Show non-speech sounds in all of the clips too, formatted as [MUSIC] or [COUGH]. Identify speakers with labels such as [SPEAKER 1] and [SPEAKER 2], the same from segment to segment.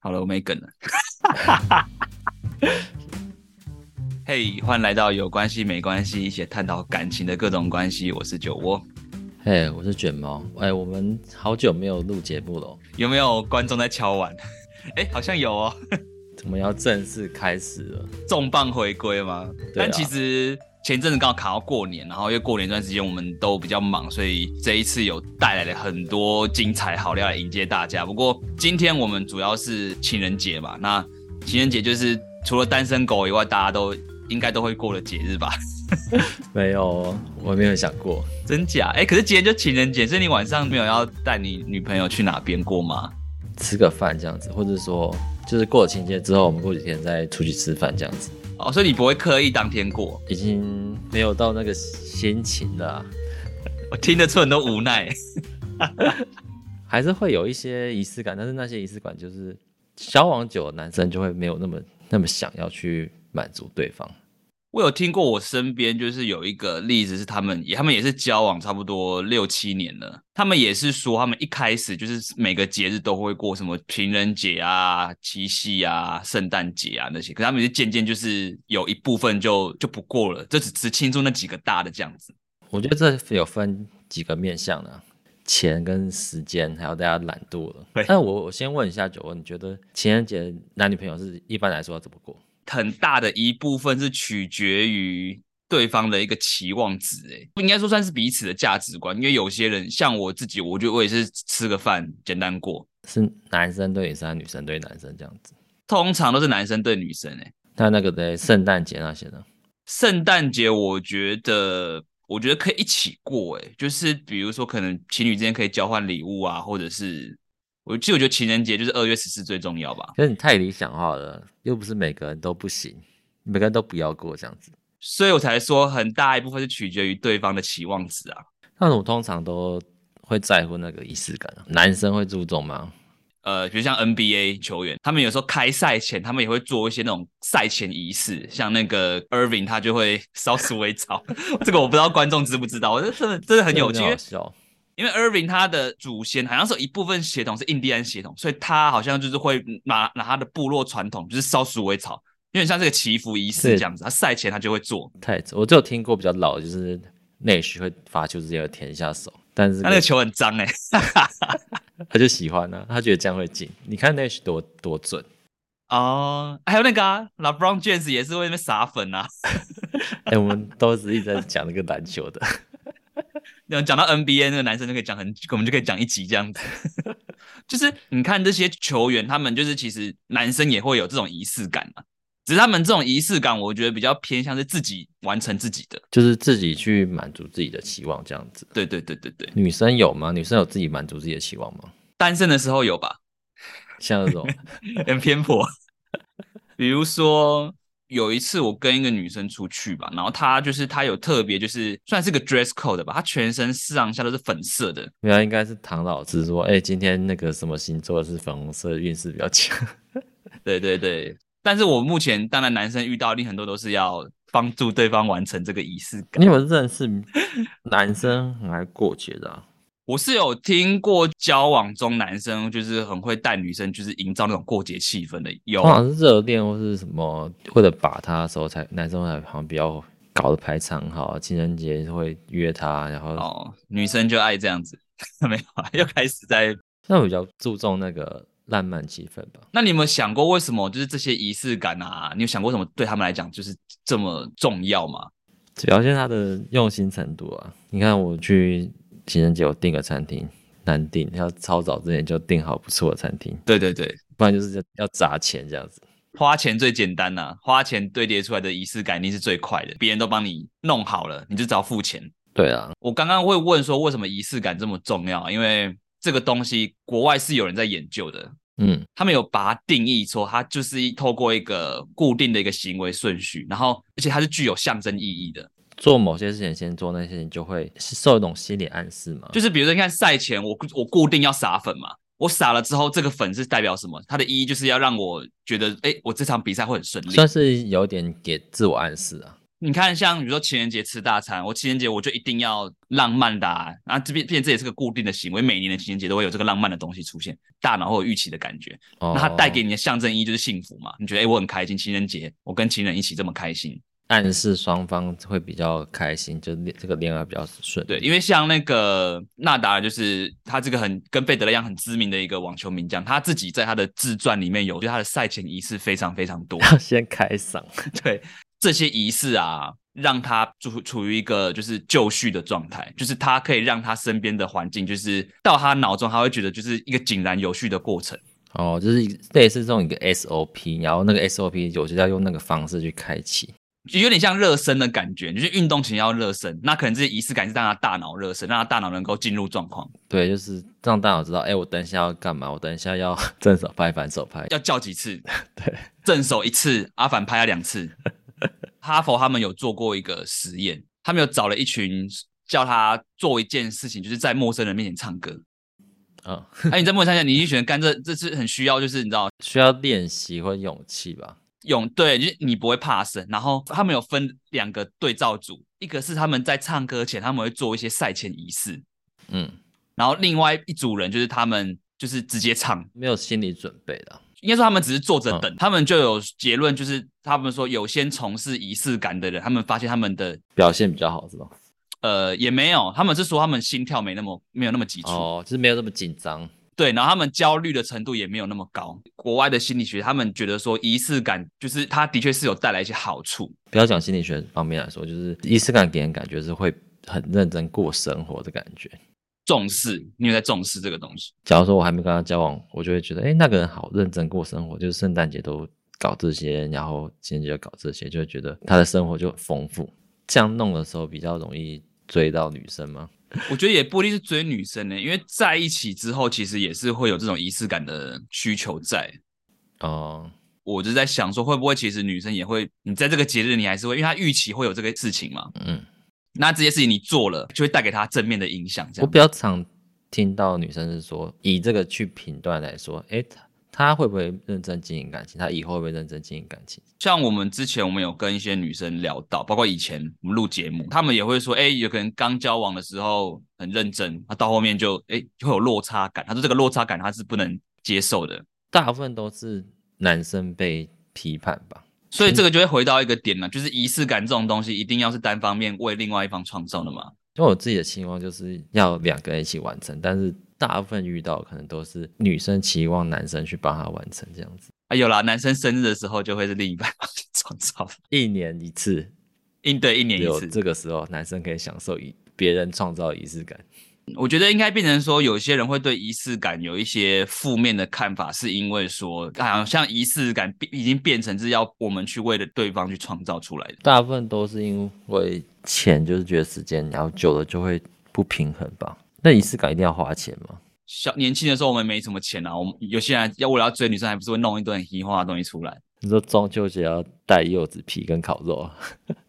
[SPEAKER 1] 好了，我没梗了。 [LAUGHS] 嘿，欢迎来到有关系没关系，一起探讨感情的各种关系。我是酒窝，
[SPEAKER 2] 嘿我是卷毛。哎、我们好久没有录节目了哦，
[SPEAKER 1] 有没有观众在敲碗？哎、好像有哦，
[SPEAKER 2] 我们要正式开始了。
[SPEAKER 1] 重磅回归吗？
[SPEAKER 2] 对啊
[SPEAKER 1] 但其实前阵子刚好卡到过年，然后因为过年这段时间我们都比较忙，所以这一次有带来了很多精彩好料来迎接大家。不过今天我们主要是情人节嘛，那情人节就是除了单身狗以外，大家都应该都会过的节日吧。
[SPEAKER 2] 没有哦，我没有想过。
[SPEAKER 1] 真假？哎、可是今天就情人节，所以你晚上没有要带你女朋友去哪边过吗？
[SPEAKER 2] 吃个饭这样子，或者说就是过了情人节之后，我们过几天再出去吃饭这样子，
[SPEAKER 1] 哦，所以你不会刻意当天过？
[SPEAKER 2] 已经没有到那个心情了啊、
[SPEAKER 1] 我听得出很多无奈。
[SPEAKER 2] 还是会有一些仪式感，但是那些仪式感就是交往久了，男生就会没有那么那么想要去满足对方。
[SPEAKER 1] 我有听过，我身边就是有一个例子是他们，也他们也是交往差不多六七年了。他们也是说，他们一开始就是每个节日都会过，什么情人节啊、七夕啊、圣诞节啊那些。可他们也是渐渐就是有一部分就就不过了，就只只庆祝那几个大的这样子。
[SPEAKER 2] 我觉得这有分几个面向啦，钱跟时间，还有大家懒惰了
[SPEAKER 1] 对。
[SPEAKER 2] 但我我先问一下九问，你觉得情人节男女朋友是一般来说要怎么过？
[SPEAKER 1] 很大的一部分是取决于对方的一个期望值，哎，不应该说算是彼此的价值观，因为有些人像我自己，我觉得我也是吃个饭简单过，
[SPEAKER 2] 是男生对女生，还是女生对男生这样子？
[SPEAKER 1] 通常都是男生对女生，哎，
[SPEAKER 2] 那那个的圣诞节那些呢？
[SPEAKER 1] 圣诞节我觉得。我觉得可以一起过，哎，就是比如说，可能情侣之间可以交换礼物啊，或者是，我其实我觉得情人节就是二月十四最重要吧。
[SPEAKER 2] 可是你太理想化了，又不是每个人都不行，每个人都不要过这样子。
[SPEAKER 1] 所以我才说很大一部分是取决于对方的期望值啊。
[SPEAKER 2] 那我通常都会在乎那个仪式感啊，男生会注重吗？
[SPEAKER 1] 呃，比如像 NBA 球员，他们有时候开赛前，他们也会做一些那种赛前仪式，像那个 Irving 他就会烧鼠尾草， [LAUGHS] 这个我不知道观众知不知道，我这真的真的很有趣，因
[SPEAKER 2] 好
[SPEAKER 1] 为
[SPEAKER 2] 笑。
[SPEAKER 1] 因为 Irving 他的祖先好像是有一部分血统是印第安血统，所以他好像就是会拿拿他的部落传统，就是烧鼠尾草，有点像这个祈福仪式
[SPEAKER 2] 对
[SPEAKER 1] 这样子，他赛前他就会做，
[SPEAKER 2] 太，我就有听过比较老的，就是内需会发球直接舔一下手，但是
[SPEAKER 1] 他那个球很脏哎、
[SPEAKER 2] 他就喜欢啊，他觉得这样会进。你看 Nash 多多准，
[SPEAKER 1] [LAUGHS] 哦，还有那个啊，LeBron James 也是会在那边撒粉啊。
[SPEAKER 2] 哎、我们都是一直在讲那个篮球的， [LAUGHS]
[SPEAKER 1] 那讲到 NBA 那个男生就可以讲很，我们就可以讲一集这样子。 [LAUGHS] 就是你看这些球员，他们就是其实男生也会有这种仪式感嘛，只是他们这种仪式感，我觉得比较偏向是自己完成自己的。
[SPEAKER 2] 就是自己去满足自己的期望这样子。
[SPEAKER 1] 对对对对对，
[SPEAKER 2] 女生有吗？女生有自己满足自己的期望吗？
[SPEAKER 1] 单身的时候有吧，
[SPEAKER 2] 像 [LAUGHS] 那种
[SPEAKER 1] 很偏颇。 [LAUGHS] 比如说有一次我跟一个女生出去吧，然后她就是她有特别就是算是个 dress code 吧，她全身上下都是粉色的，
[SPEAKER 2] 没有，应该是唐老师说，哎、今天那个什么星座是粉红色，运势比较强。
[SPEAKER 1] 对对对，但是我目前当然男生遇到一定很多都是要帮助对方完成这个仪式感。
[SPEAKER 2] [LAUGHS] 你有认识男生很爱过节的、啊？
[SPEAKER 1] 我是有听过交往中男生就是很会带女生，就是营造那种过节气氛的，有
[SPEAKER 2] 通常是热恋或是什么，为了把他的时候才男生才好像比较搞得排场好，情人节会约他，然后
[SPEAKER 1] 哦，女生就爱这样子， [LAUGHS] 没有啊，又开始在。
[SPEAKER 2] 那我比较注重那个浪漫气氛吧。
[SPEAKER 1] 那你有没有想过为什么就是这些仪式感啊？你有想过为什么对他们来讲就是这么重要吗？
[SPEAKER 2] 表现他的用心程度啊！你看我去情人节，我订个餐厅难订，要超早之前就订好不错的餐厅，
[SPEAKER 1] 对对对，
[SPEAKER 2] 不然就是要砸钱这样子。
[SPEAKER 1] 花钱最简单呐、花钱堆叠出来的仪式感一定是最快的，别人都帮你弄好了，你就只要付钱。
[SPEAKER 2] 对啊，
[SPEAKER 1] 我刚刚会问说为什么仪式感这么重要，因为这个东西国外是有人在研究的，
[SPEAKER 2] 嗯，
[SPEAKER 1] 他们有把它定义说它就是一透过一个固定的一个行为顺序，然后而且它是具有象征意义的，
[SPEAKER 2] 做某些事情先做那些事情，就会是受一种心理暗示嘛。
[SPEAKER 1] 就是比如说你看赛前我我固定要撒粉嘛。我撒了之后，这个粉是代表什么？它的意义就是要让我觉得，哎、我这场比赛会很顺利。
[SPEAKER 2] 算是有点给自我暗示啊。
[SPEAKER 1] 你看，像比如说情人节吃大餐，我情人节我就一定要浪漫的、啊，然后这边毕竟这也是个固定的行为，每年的情人节都会有这个浪漫的东西出现，大脑会有预期的感觉，
[SPEAKER 2] 哦
[SPEAKER 1] 那它带给你的象征意义就是幸福嘛？你觉得哎、诶我很开心，情人节我跟情人一起这么开心，
[SPEAKER 2] 暗示双方会比较开心，就恋这个恋爱比较顺。
[SPEAKER 1] 对，，因为像那个纳达尔，就是他这个很跟费德勒一样很知名的一个网球名将，他自己在他的自传里面有，就是他的赛前仪式非常非常多，
[SPEAKER 2] [LAUGHS] 要先开嗓。
[SPEAKER 1] 对这些仪式啊，让他处处于一个就是就绪的状态，就是他可以让他身边的环境，就是到他脑中，他会觉得就是一个井然有序的过程。
[SPEAKER 2] 哦，就是一类似这种一个 SOP，然后那个 SOP 我就要用那个方式去开启。
[SPEAKER 1] 就有点像热身的感觉，就是运动前要热身，那可能这些仪式感是让他大脑热身，让他大脑能够进入状况。
[SPEAKER 2] 对，就是让大脑知道，哎、我等一下要干嘛？我等一下要 [LAUGHS] 正手拍、反手拍。
[SPEAKER 1] 要叫几次？
[SPEAKER 2] 对，
[SPEAKER 1] 正手一次，阿反拍他两次。哈佛他们有做过一个实验，他们有找了一群叫他做一件事情，就是在陌生人面前唱歌。 [LAUGHS]
[SPEAKER 2] 嗯，
[SPEAKER 1] 哎、你在陌生人面前，你一群人干这，这是很需要，就是你知道
[SPEAKER 2] 需要练习或勇气吧。
[SPEAKER 1] 勇对，就是你不会怕生。然后他们有分两个对照组，一个是他们在唱歌前他们会做一些赛前仪式，
[SPEAKER 2] 嗯，
[SPEAKER 1] 然后另外一组人就是他们就是直接唱，
[SPEAKER 2] 没有心理准备的。
[SPEAKER 1] 应该说他们只是坐着等，他们就有结论，就是他们说有先从事仪式感的人，他们发现他们的
[SPEAKER 2] 表现比较好，是吧？
[SPEAKER 1] 呃也没有，他们是说他们心跳没那么没有那么急促，
[SPEAKER 2] 哦，就是没有这么紧张。
[SPEAKER 1] 对，然后他们焦虑的程度也没有那么高。国外的心理学，他们觉得说仪式感就是它的确是有带来一些好处，
[SPEAKER 2] 不要讲心理学方面来说，就是仪式感给人感觉是会很认真过生活的感觉。
[SPEAKER 1] 重视，你有在重视这个东西。
[SPEAKER 2] 假如说我还没跟他交往，我就会觉得，哎、那个人好认真过生活，就是圣诞节都搞这些，然后情人节搞这些，就会觉得他的生活就很丰富。这样弄的时候比较容易追到女生吗？
[SPEAKER 1] 我觉得也不一定是追女生呢、因为在一起之后，其实也是会有这种仪式感的需求在。
[SPEAKER 2] 哦、
[SPEAKER 1] 我就在想说，会不会其实女生也会，你在这个节日你还是会，因为她预期会有这个事情嘛，
[SPEAKER 2] 嗯，
[SPEAKER 1] 那这些事情你做了，就会带给她正面的影响。这
[SPEAKER 2] 我
[SPEAKER 1] 样
[SPEAKER 2] 比较常听到女生是说，以这个去评断来说，哎、她她会不会认真经营感情？她以后会不会认真经营感情？
[SPEAKER 1] 像我们之前我们有跟一些女生聊到，包括以前我们录节目，她们也会说，哎、有可能刚交往的时候很认真，她到后面就哎、就会有落差感。她说这个落差感她是不能接受的，
[SPEAKER 2] 大部分都是男生被批判吧。
[SPEAKER 1] 所以这个就会回到一个点了，就是仪式感这种东西一定要是单方面为另外一方创造的嘛。
[SPEAKER 2] 因为我自己的期望就是要两个人一起完成，但是大部分遇到可能都是女生期望男生去帮她完成这样子，
[SPEAKER 1] 啊，有啦，男生生日的时候就会是另一半 [LAUGHS] 帮你创造的，
[SPEAKER 2] 一年一次，
[SPEAKER 1] 应对一年
[SPEAKER 2] 只
[SPEAKER 1] 一
[SPEAKER 2] 有
[SPEAKER 1] 次。
[SPEAKER 2] 这个时候男生可以享受以别人创造的仪式感。
[SPEAKER 1] 我觉得应该变成说，有些人会对仪式感有一些负面的看法，是因为说好像仪式感变已经变成是要我们去为了对方去创造出来的。
[SPEAKER 2] 大部分都是因为钱，就是觉得时间，然后久了就会不平衡吧。那仪式感一定要花钱吗？
[SPEAKER 1] 小年轻的时候我们没什么钱啊，我们有些人要为了要追女生，还不是会弄一堆很稀化的东西出来。
[SPEAKER 2] 你说中秋节要带柚子皮跟烤肉 [LAUGHS] 啊，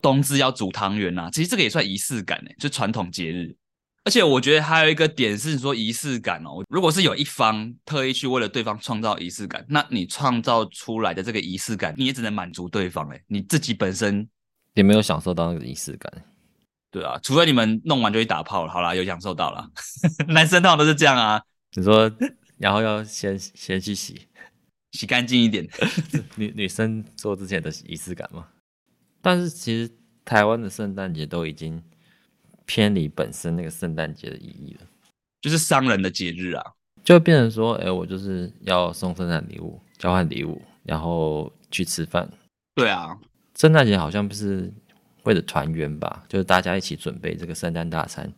[SPEAKER 1] 冬至要煮汤圆啊，其实这个也算仪式感欸呢、就传统节日。而且我觉得还有一个点是说仪式感哦，如果是有一方特意去为了对方创造仪式感，那你创造出来的这个仪式感，你也只能满足对方哎、你自己本身
[SPEAKER 2] 也没有享受到那个仪式感。
[SPEAKER 1] 对啊，除非你们弄完就去打炮了，好啦，有享受到啦。 [LAUGHS] 男生通常都是这样啊，
[SPEAKER 2] 你说，然后要先先去洗。
[SPEAKER 1] 洗干净一点。
[SPEAKER 2] 女女生做之前的仪式感吗？但是其实台湾的圣诞节都已经偏离本身那个圣诞节的意义了，
[SPEAKER 1] 就是商人的节日啊，
[SPEAKER 2] 就变成说，哎、我就是要送圣诞礼物，交换礼物，然后去吃饭。
[SPEAKER 1] 对啊，
[SPEAKER 2] 圣诞节好像不是为了团圆吧？就是大家一起准备这个圣诞大餐。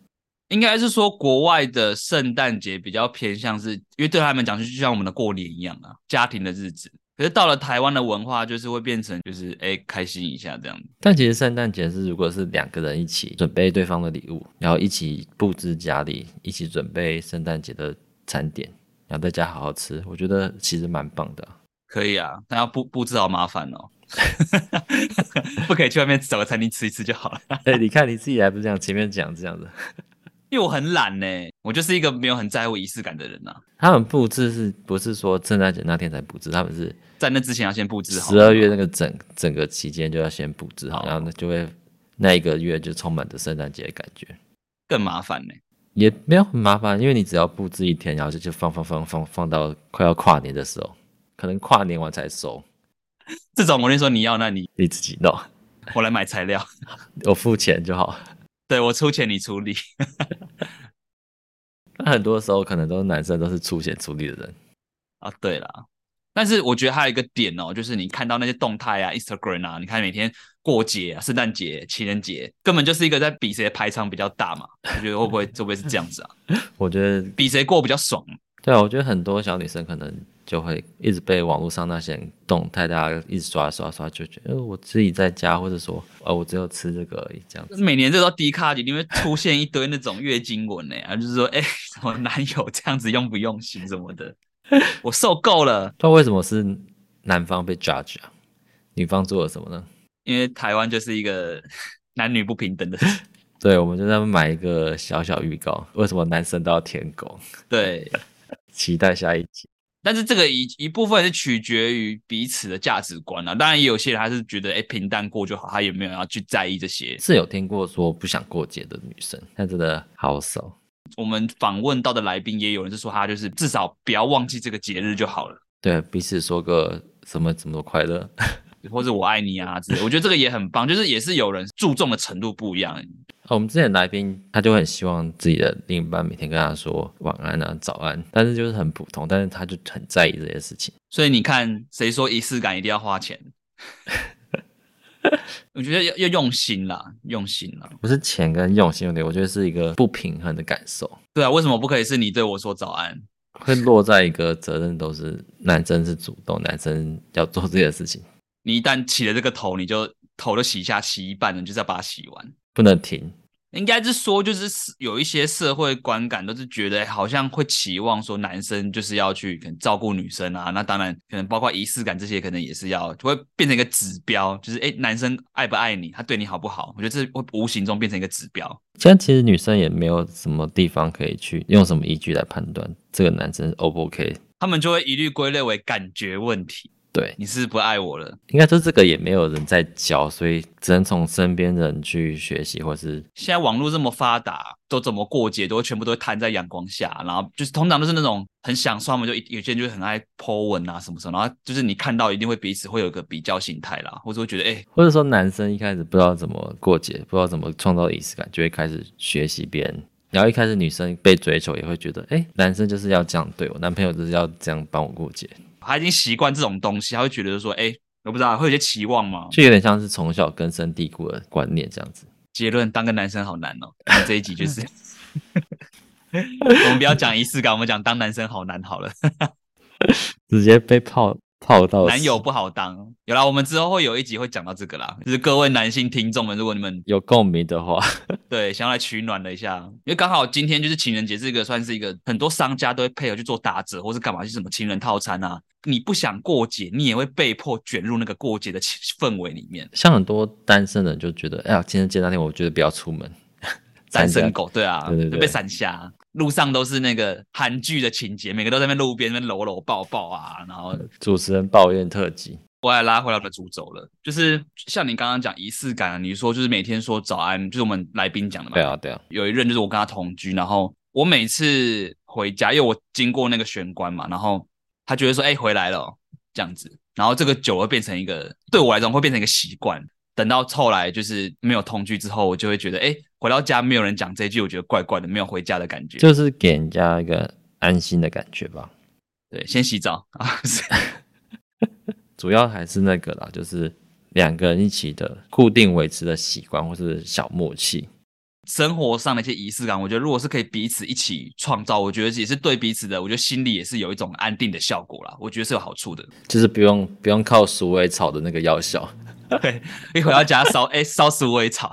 [SPEAKER 1] 应该是说国外的圣诞节比较偏向是，因为对他们讲就像我们的过年一样啊，家庭的日子。可是到了台湾的文化，就是会变成就是哎、开心一下这样。
[SPEAKER 2] 但其实圣诞节是，如果是两个人一起准备对方的礼物，然后一起布置家里，一起准备圣诞节的餐点，然后在家好好吃，我觉得其实蛮棒的啊、
[SPEAKER 1] 可以啊，但要布布置好麻烦哦， [LAUGHS] 不可以去外面找个餐厅吃一吃就好了。
[SPEAKER 2] 哎、你看你自己还不是这样，前面讲这样子，
[SPEAKER 1] 因为我很懒呢、我就是一个没有很在乎仪式感的人呐、啊
[SPEAKER 2] 他们布置是不是说圣诞节那天才布置？他们是
[SPEAKER 1] 在那之前要先布置好。
[SPEAKER 2] 十二月那个整整个期间就要先布置好，
[SPEAKER 1] 哦
[SPEAKER 2] 然后呢就会那一个月就充满着圣诞节的感觉。
[SPEAKER 1] 更麻烦呢、
[SPEAKER 2] 也没有很麻烦，因为你只要布置一天，然后就就放放放放放到快要跨年的时候，可能跨年完才收，
[SPEAKER 1] 这种我跟你说你要，那你
[SPEAKER 2] 你自己弄，
[SPEAKER 1] 我来买材料， [LAUGHS]
[SPEAKER 2] 我付钱就好。
[SPEAKER 1] 对我出钱你出力。
[SPEAKER 2] 那很多时候可能都是男生都是出钱出力的人，
[SPEAKER 1] 啊，对啦，但是我觉得还有一个点哦，就是你看到那些动态啊、Instagram 啊，你看每天过节啊、圣诞节、情人节，根本就是一个在比谁的排场比较大嘛。我觉得会不会会不会是这样子啊？
[SPEAKER 2] 我觉得
[SPEAKER 1] 比谁过比较爽？
[SPEAKER 2] 对啊，我觉得很多小女生可能就会一直被网络上那些动态大家一直刷刷刷，就觉得、呃、我自己在家，或者说呃我只有吃这个而已这样子。
[SPEAKER 1] 每年这时候低卡一定会出现一堆那种月经文呢、啊，就是说，哎、什么男友这样子用不用心什么的，我受够了。
[SPEAKER 2] 那为什么是男方被 judge 啊？女方做了什么呢？
[SPEAKER 1] 因为台湾就是一个 [LAUGHS] 男女不平等的，
[SPEAKER 2] 对，我们就在买一个小小预告，为什么男生都要舔狗？
[SPEAKER 1] 对，
[SPEAKER 2] 期待下一集。
[SPEAKER 1] 但是这个一一部分是取决于彼此的价值观啊，当然也有些人他是觉得哎、平淡过就好，他也没有要去在意这些。
[SPEAKER 2] 是有听过说不想过节的女生，但真的好少。
[SPEAKER 1] 我们访问到的来宾也有人是说他就是至少不要忘记这个节日就好了，
[SPEAKER 2] 对，彼此说个什么怎么快乐，
[SPEAKER 1] 或者我爱你啊之类的。我觉得这个也很棒，就是也是有人注重的程度不一样。
[SPEAKER 2] 哦，我们之前来宾他就很希望自己的另一半每天跟他说晚安啊、早安，但是就是很普通，但是他就很在意这些事情。
[SPEAKER 1] 所以你看，谁说仪式感一定要花钱？ [LAUGHS] 我觉得要要用心啦，用心啦。
[SPEAKER 2] 不是钱跟用心问题，我觉得是一个不平衡的感受，
[SPEAKER 1] 对啊，为什么不可以是你对我说早安？
[SPEAKER 2] 会落在一个责任都是男生是主动，男生要做这些事情，
[SPEAKER 1] 你一旦起了这个头，你就头都洗一下，洗一半了，你就是要把它洗完。
[SPEAKER 2] 不能停。
[SPEAKER 1] 应该是说，就是是有一些社会观感都是觉得，哎好像会期望说男生就是要去可能照顾女生啊，那当然可能包括仪式感这些，可能也是要就会变成一个指标，就是哎、男生爱不爱你，他对你好不好？我觉得这会无形中变成一个指标。
[SPEAKER 2] 现在其实女生也没有什么地方可以去用什么依据来判断这个男生 O 不 OK。
[SPEAKER 1] 他们就会一律归类为感觉问题，
[SPEAKER 2] 对，
[SPEAKER 1] 你是不是不爱我了？
[SPEAKER 2] 应该说这个也没有人在教，所以只能从身边人去学习，或是
[SPEAKER 1] 现在网络这么发达，都怎么过节都会全部都会摊在阳光下，然后就是通常都是那种很想刷嘛，就一有些人就很爱 po 文啊什么什么，然后就是你看到一定会彼此会有一个比较心态啦，或者会觉得哎、
[SPEAKER 2] 或者说男生一开始不知道怎么过节，不知道怎么创造仪式感，就会开始学习别人。然后一开始女生被追求也会觉得，哎，男生就是要这样对我，男朋友就是要这样帮我过节，
[SPEAKER 1] 他已经习惯这种东西，他会觉得说哎、我不知道会有些期望嘛。
[SPEAKER 2] 就有点像是从小根深蒂固的观念这样子。
[SPEAKER 1] 结论，当个男生好难哦。那这一集就是，我们不要讲仪式感，我们讲当男生好难好了。
[SPEAKER 2] 直接被泡泡到
[SPEAKER 1] 男友不好当。有啦，我们之后会有一集会讲到这个啦，就是各位男性听众们，如果你们
[SPEAKER 2] 有共鸣的话，
[SPEAKER 1] 对想要来取暖了一下，因为刚好今天就是情人节，这个算是一个很多商家都会配合去做打折，或是干嘛，就是什么情人套餐啊。你不想过节，你也会被迫卷入那个过节的气氛围里面。
[SPEAKER 2] 像很多单身人就觉得，哎呀，情人节那天我觉得不要出门，
[SPEAKER 1] 单
[SPEAKER 2] 参加
[SPEAKER 1] 身狗，对啊，
[SPEAKER 2] 对对对
[SPEAKER 1] 就被闪瞎。路上都是那个韩剧的情节，每个都在那边路边那边搂搂抱抱啊，然后
[SPEAKER 2] 主持人抱怨特辑，
[SPEAKER 1] 我也拉回来我的主轴了，就是像你刚刚讲仪式感啊，你说就是每天说早安，就是我们来宾讲的嘛。
[SPEAKER 2] 对啊对啊，
[SPEAKER 1] 有一任就是我跟他同居，然后我每次回家，因为我经过那个玄关嘛，然后他觉得说，哎、回来了哦、这样子，然后这个久了变成一个对我来讲会变成一个习惯。等到后来就是没有同居之后，我就会觉得，哎、回到家没有人讲这一句，我觉得怪怪的，没有回家的感觉。
[SPEAKER 2] 就是给人家一个安心的感觉吧。
[SPEAKER 1] 对，先洗澡啊，是
[SPEAKER 2] 主要还是那个啦，就是两个人一起的固定维持的习惯或是小默契。
[SPEAKER 1] 生活上的一些仪式感，我觉得如果是可以彼此一起创造，我觉得也是对彼此的，我觉得心里也是有一种安定的效果啦，我觉得是有好处的。
[SPEAKER 2] 就是不用不用靠鼠尾草的那个药效，
[SPEAKER 1] 对，一 [LAUGHS] 回到家烧，哎、烧死我也草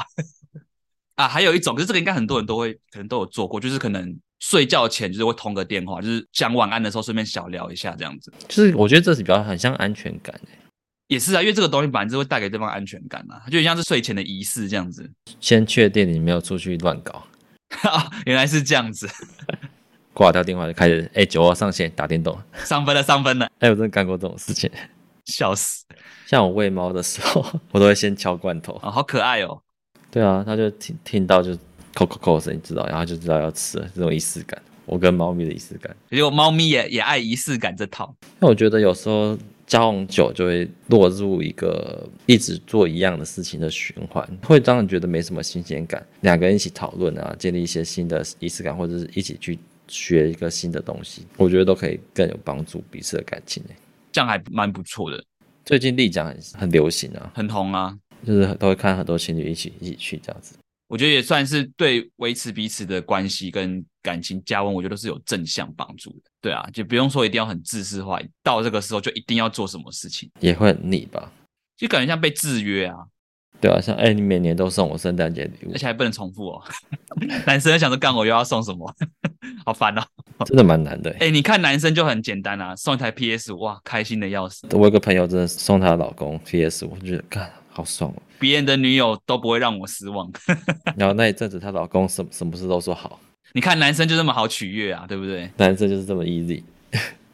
[SPEAKER 1] [LAUGHS] 啊！还有一种，就是这个应该很多人都会，可能都有做过，就是可能睡觉前就是会通个电话，就是讲晚安的时候顺便小聊一下这样子，
[SPEAKER 2] 就是我觉得这是比较很像安全感、欸、
[SPEAKER 1] 也是啊，因为这个东西本来就会带给对方安全感啊，就很像是睡前的仪式这样子 [LAUGHS]
[SPEAKER 2] 先确定你没有出去乱搞，
[SPEAKER 1] 啊，原来是这样子， [LAUGHS]
[SPEAKER 2] 挂掉电话就开始哎九号上线打电动，
[SPEAKER 1] 上分了，上分了，
[SPEAKER 2] 哎、我真的干过这种事情。
[SPEAKER 1] 笑死
[SPEAKER 2] [LAUGHS] 像我喂猫的时候，我都会先敲罐头，
[SPEAKER 1] 啊、好可爱哦，
[SPEAKER 2] 对啊，他就听听到就扣扣扣的声音，知道，然后就知道要吃了，这种仪式感，我跟猫咪的仪式感。
[SPEAKER 1] 结果猫咪也也爱仪式感这套，
[SPEAKER 2] 那我觉得有时候交往久就会落入一个一直做一样的事情的循环，会让人觉得没什么新鲜感。两个人一起讨论啊，建立一些新的仪式感，或者是一起去学一个新的东西，我觉得都可以更有帮助彼此的感情、欸。
[SPEAKER 1] 这样还蛮不错的，
[SPEAKER 2] 最近丽江很很流行啊，
[SPEAKER 1] 很红啊。
[SPEAKER 2] 就是都会看很多情侣一起一起去这样子。
[SPEAKER 1] 我觉得也算是对维持彼此的关系跟感情加温，我觉得都是有正向帮助的。对啊，就不用说一定要很自私化，到这个时候就一定要做什么事情，
[SPEAKER 2] 也会很腻吧？
[SPEAKER 1] 就感觉像被制约啊，
[SPEAKER 2] 对啊，像哎、你每年都送我圣诞节礼物
[SPEAKER 1] 而，且还不能重复哦。 [LAUGHS] 男生想着干我又要送什么， [LAUGHS] 好烦哦。
[SPEAKER 2] 真的蛮难的、欸。
[SPEAKER 1] 哎、你看男生就很简单啊，送一台 PS 五，哇，开心的要死。
[SPEAKER 2] 我有个朋友真的送她老公 PS，我就觉得干好爽哦。
[SPEAKER 1] 别人的女友都不会让我失望。 [LAUGHS]
[SPEAKER 2] 然后那一阵子她老公什什么事都说好，
[SPEAKER 1] 你看男生就这么好取悦啊，对不对？
[SPEAKER 2] 男生就是这么 easy。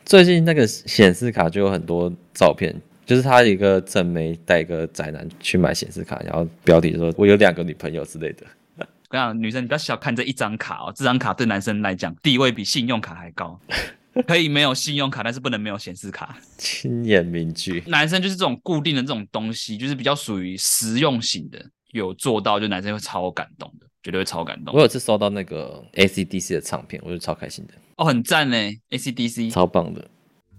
[SPEAKER 2] 最 [LAUGHS] 近那个显示卡就有很多照片，就是他一个正妹带一个宅男去买显示卡，然后标题就说“我有两个女朋友”之类的。 [LAUGHS]
[SPEAKER 1] 我跟你讲，女生你不要小看这一张卡哦，这张卡对男生来讲地位比信用卡还高。可以没有信用卡，但是不能没有显示卡。
[SPEAKER 2] 亲眼名句，
[SPEAKER 1] 男生就是这种固定的这种东西，就是比较属于实用型的，有做到就男生会超感动的，绝对会超感
[SPEAKER 2] 我
[SPEAKER 1] 动。
[SPEAKER 2] 有次收到那个 ACDC 的唱片，我就超开心的，
[SPEAKER 1] 哦，很赞呢，ACDC。
[SPEAKER 2] 超棒的。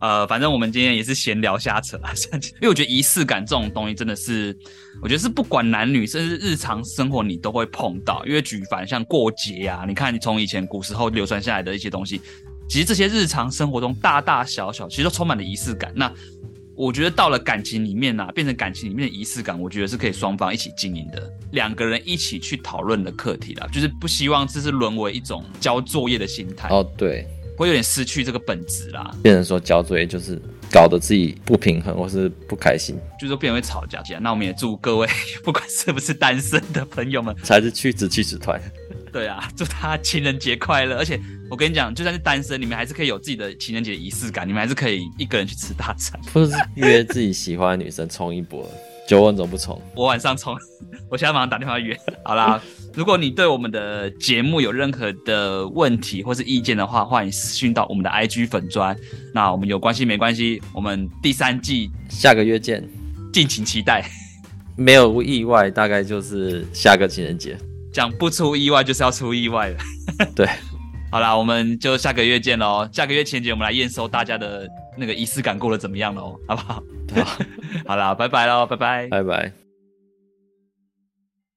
[SPEAKER 1] 呃，反正我们今天也是闲聊瞎扯啊， [LAUGHS] 因为我觉得仪式感这种东西真的是，我觉得是不管男女，甚至日常生活你都会碰到。因为举凡像过节啊，你看你从以前古时候流传下来的一些东西，其实这些日常生活中大大小小，其实都充满了仪式感。那我觉得到了感情里面啊，变成感情里面的仪式感，我觉得是可以双方一起经营的，两个人一起去讨论的课题啦，就是不希望这是沦为一种交作业的心态，
[SPEAKER 2] 哦，对，
[SPEAKER 1] 会有点失去这个本质啦。
[SPEAKER 2] 变成说交作业就是搞得自己不平衡或是不开心，
[SPEAKER 1] 就是说变成会吵架。那我们也祝各位， [LAUGHS] 不管是不是单身的朋友们，
[SPEAKER 2] 才是去职去职团。
[SPEAKER 1] 对啊，祝他情人节快乐。而且我跟你讲，就算是单身，你们还是可以有自己的情人节仪式感，你们还是可以一个人去吃大餐。 [LAUGHS]
[SPEAKER 2] 或是约自己喜欢的女生冲一波，九问怎么不冲？
[SPEAKER 1] 我晚上从， [LAUGHS] 我现在马上打电话约。 [LAUGHS] 好啦，如果你对我们的节目有任何的问题或是意见的话，欢迎私讯到我们的 IG 粉砖。那我们有关系没关系，我们第三季
[SPEAKER 2] 下个月见，
[SPEAKER 1] 敬请期待。
[SPEAKER 2] 没有意外，大概就是下个情人节。
[SPEAKER 1] 讲不出意外就是要出意外了。
[SPEAKER 2] 对，
[SPEAKER 1] [LAUGHS] 好啦，我们就下个月见喽。下个月情人节我们来验收大家 [LAUGHS] 的那个仪式感过得怎么样喽，好不好？
[SPEAKER 2] 好，
[SPEAKER 1] 好啦，拜拜喽，拜拜。
[SPEAKER 2] 拜拜。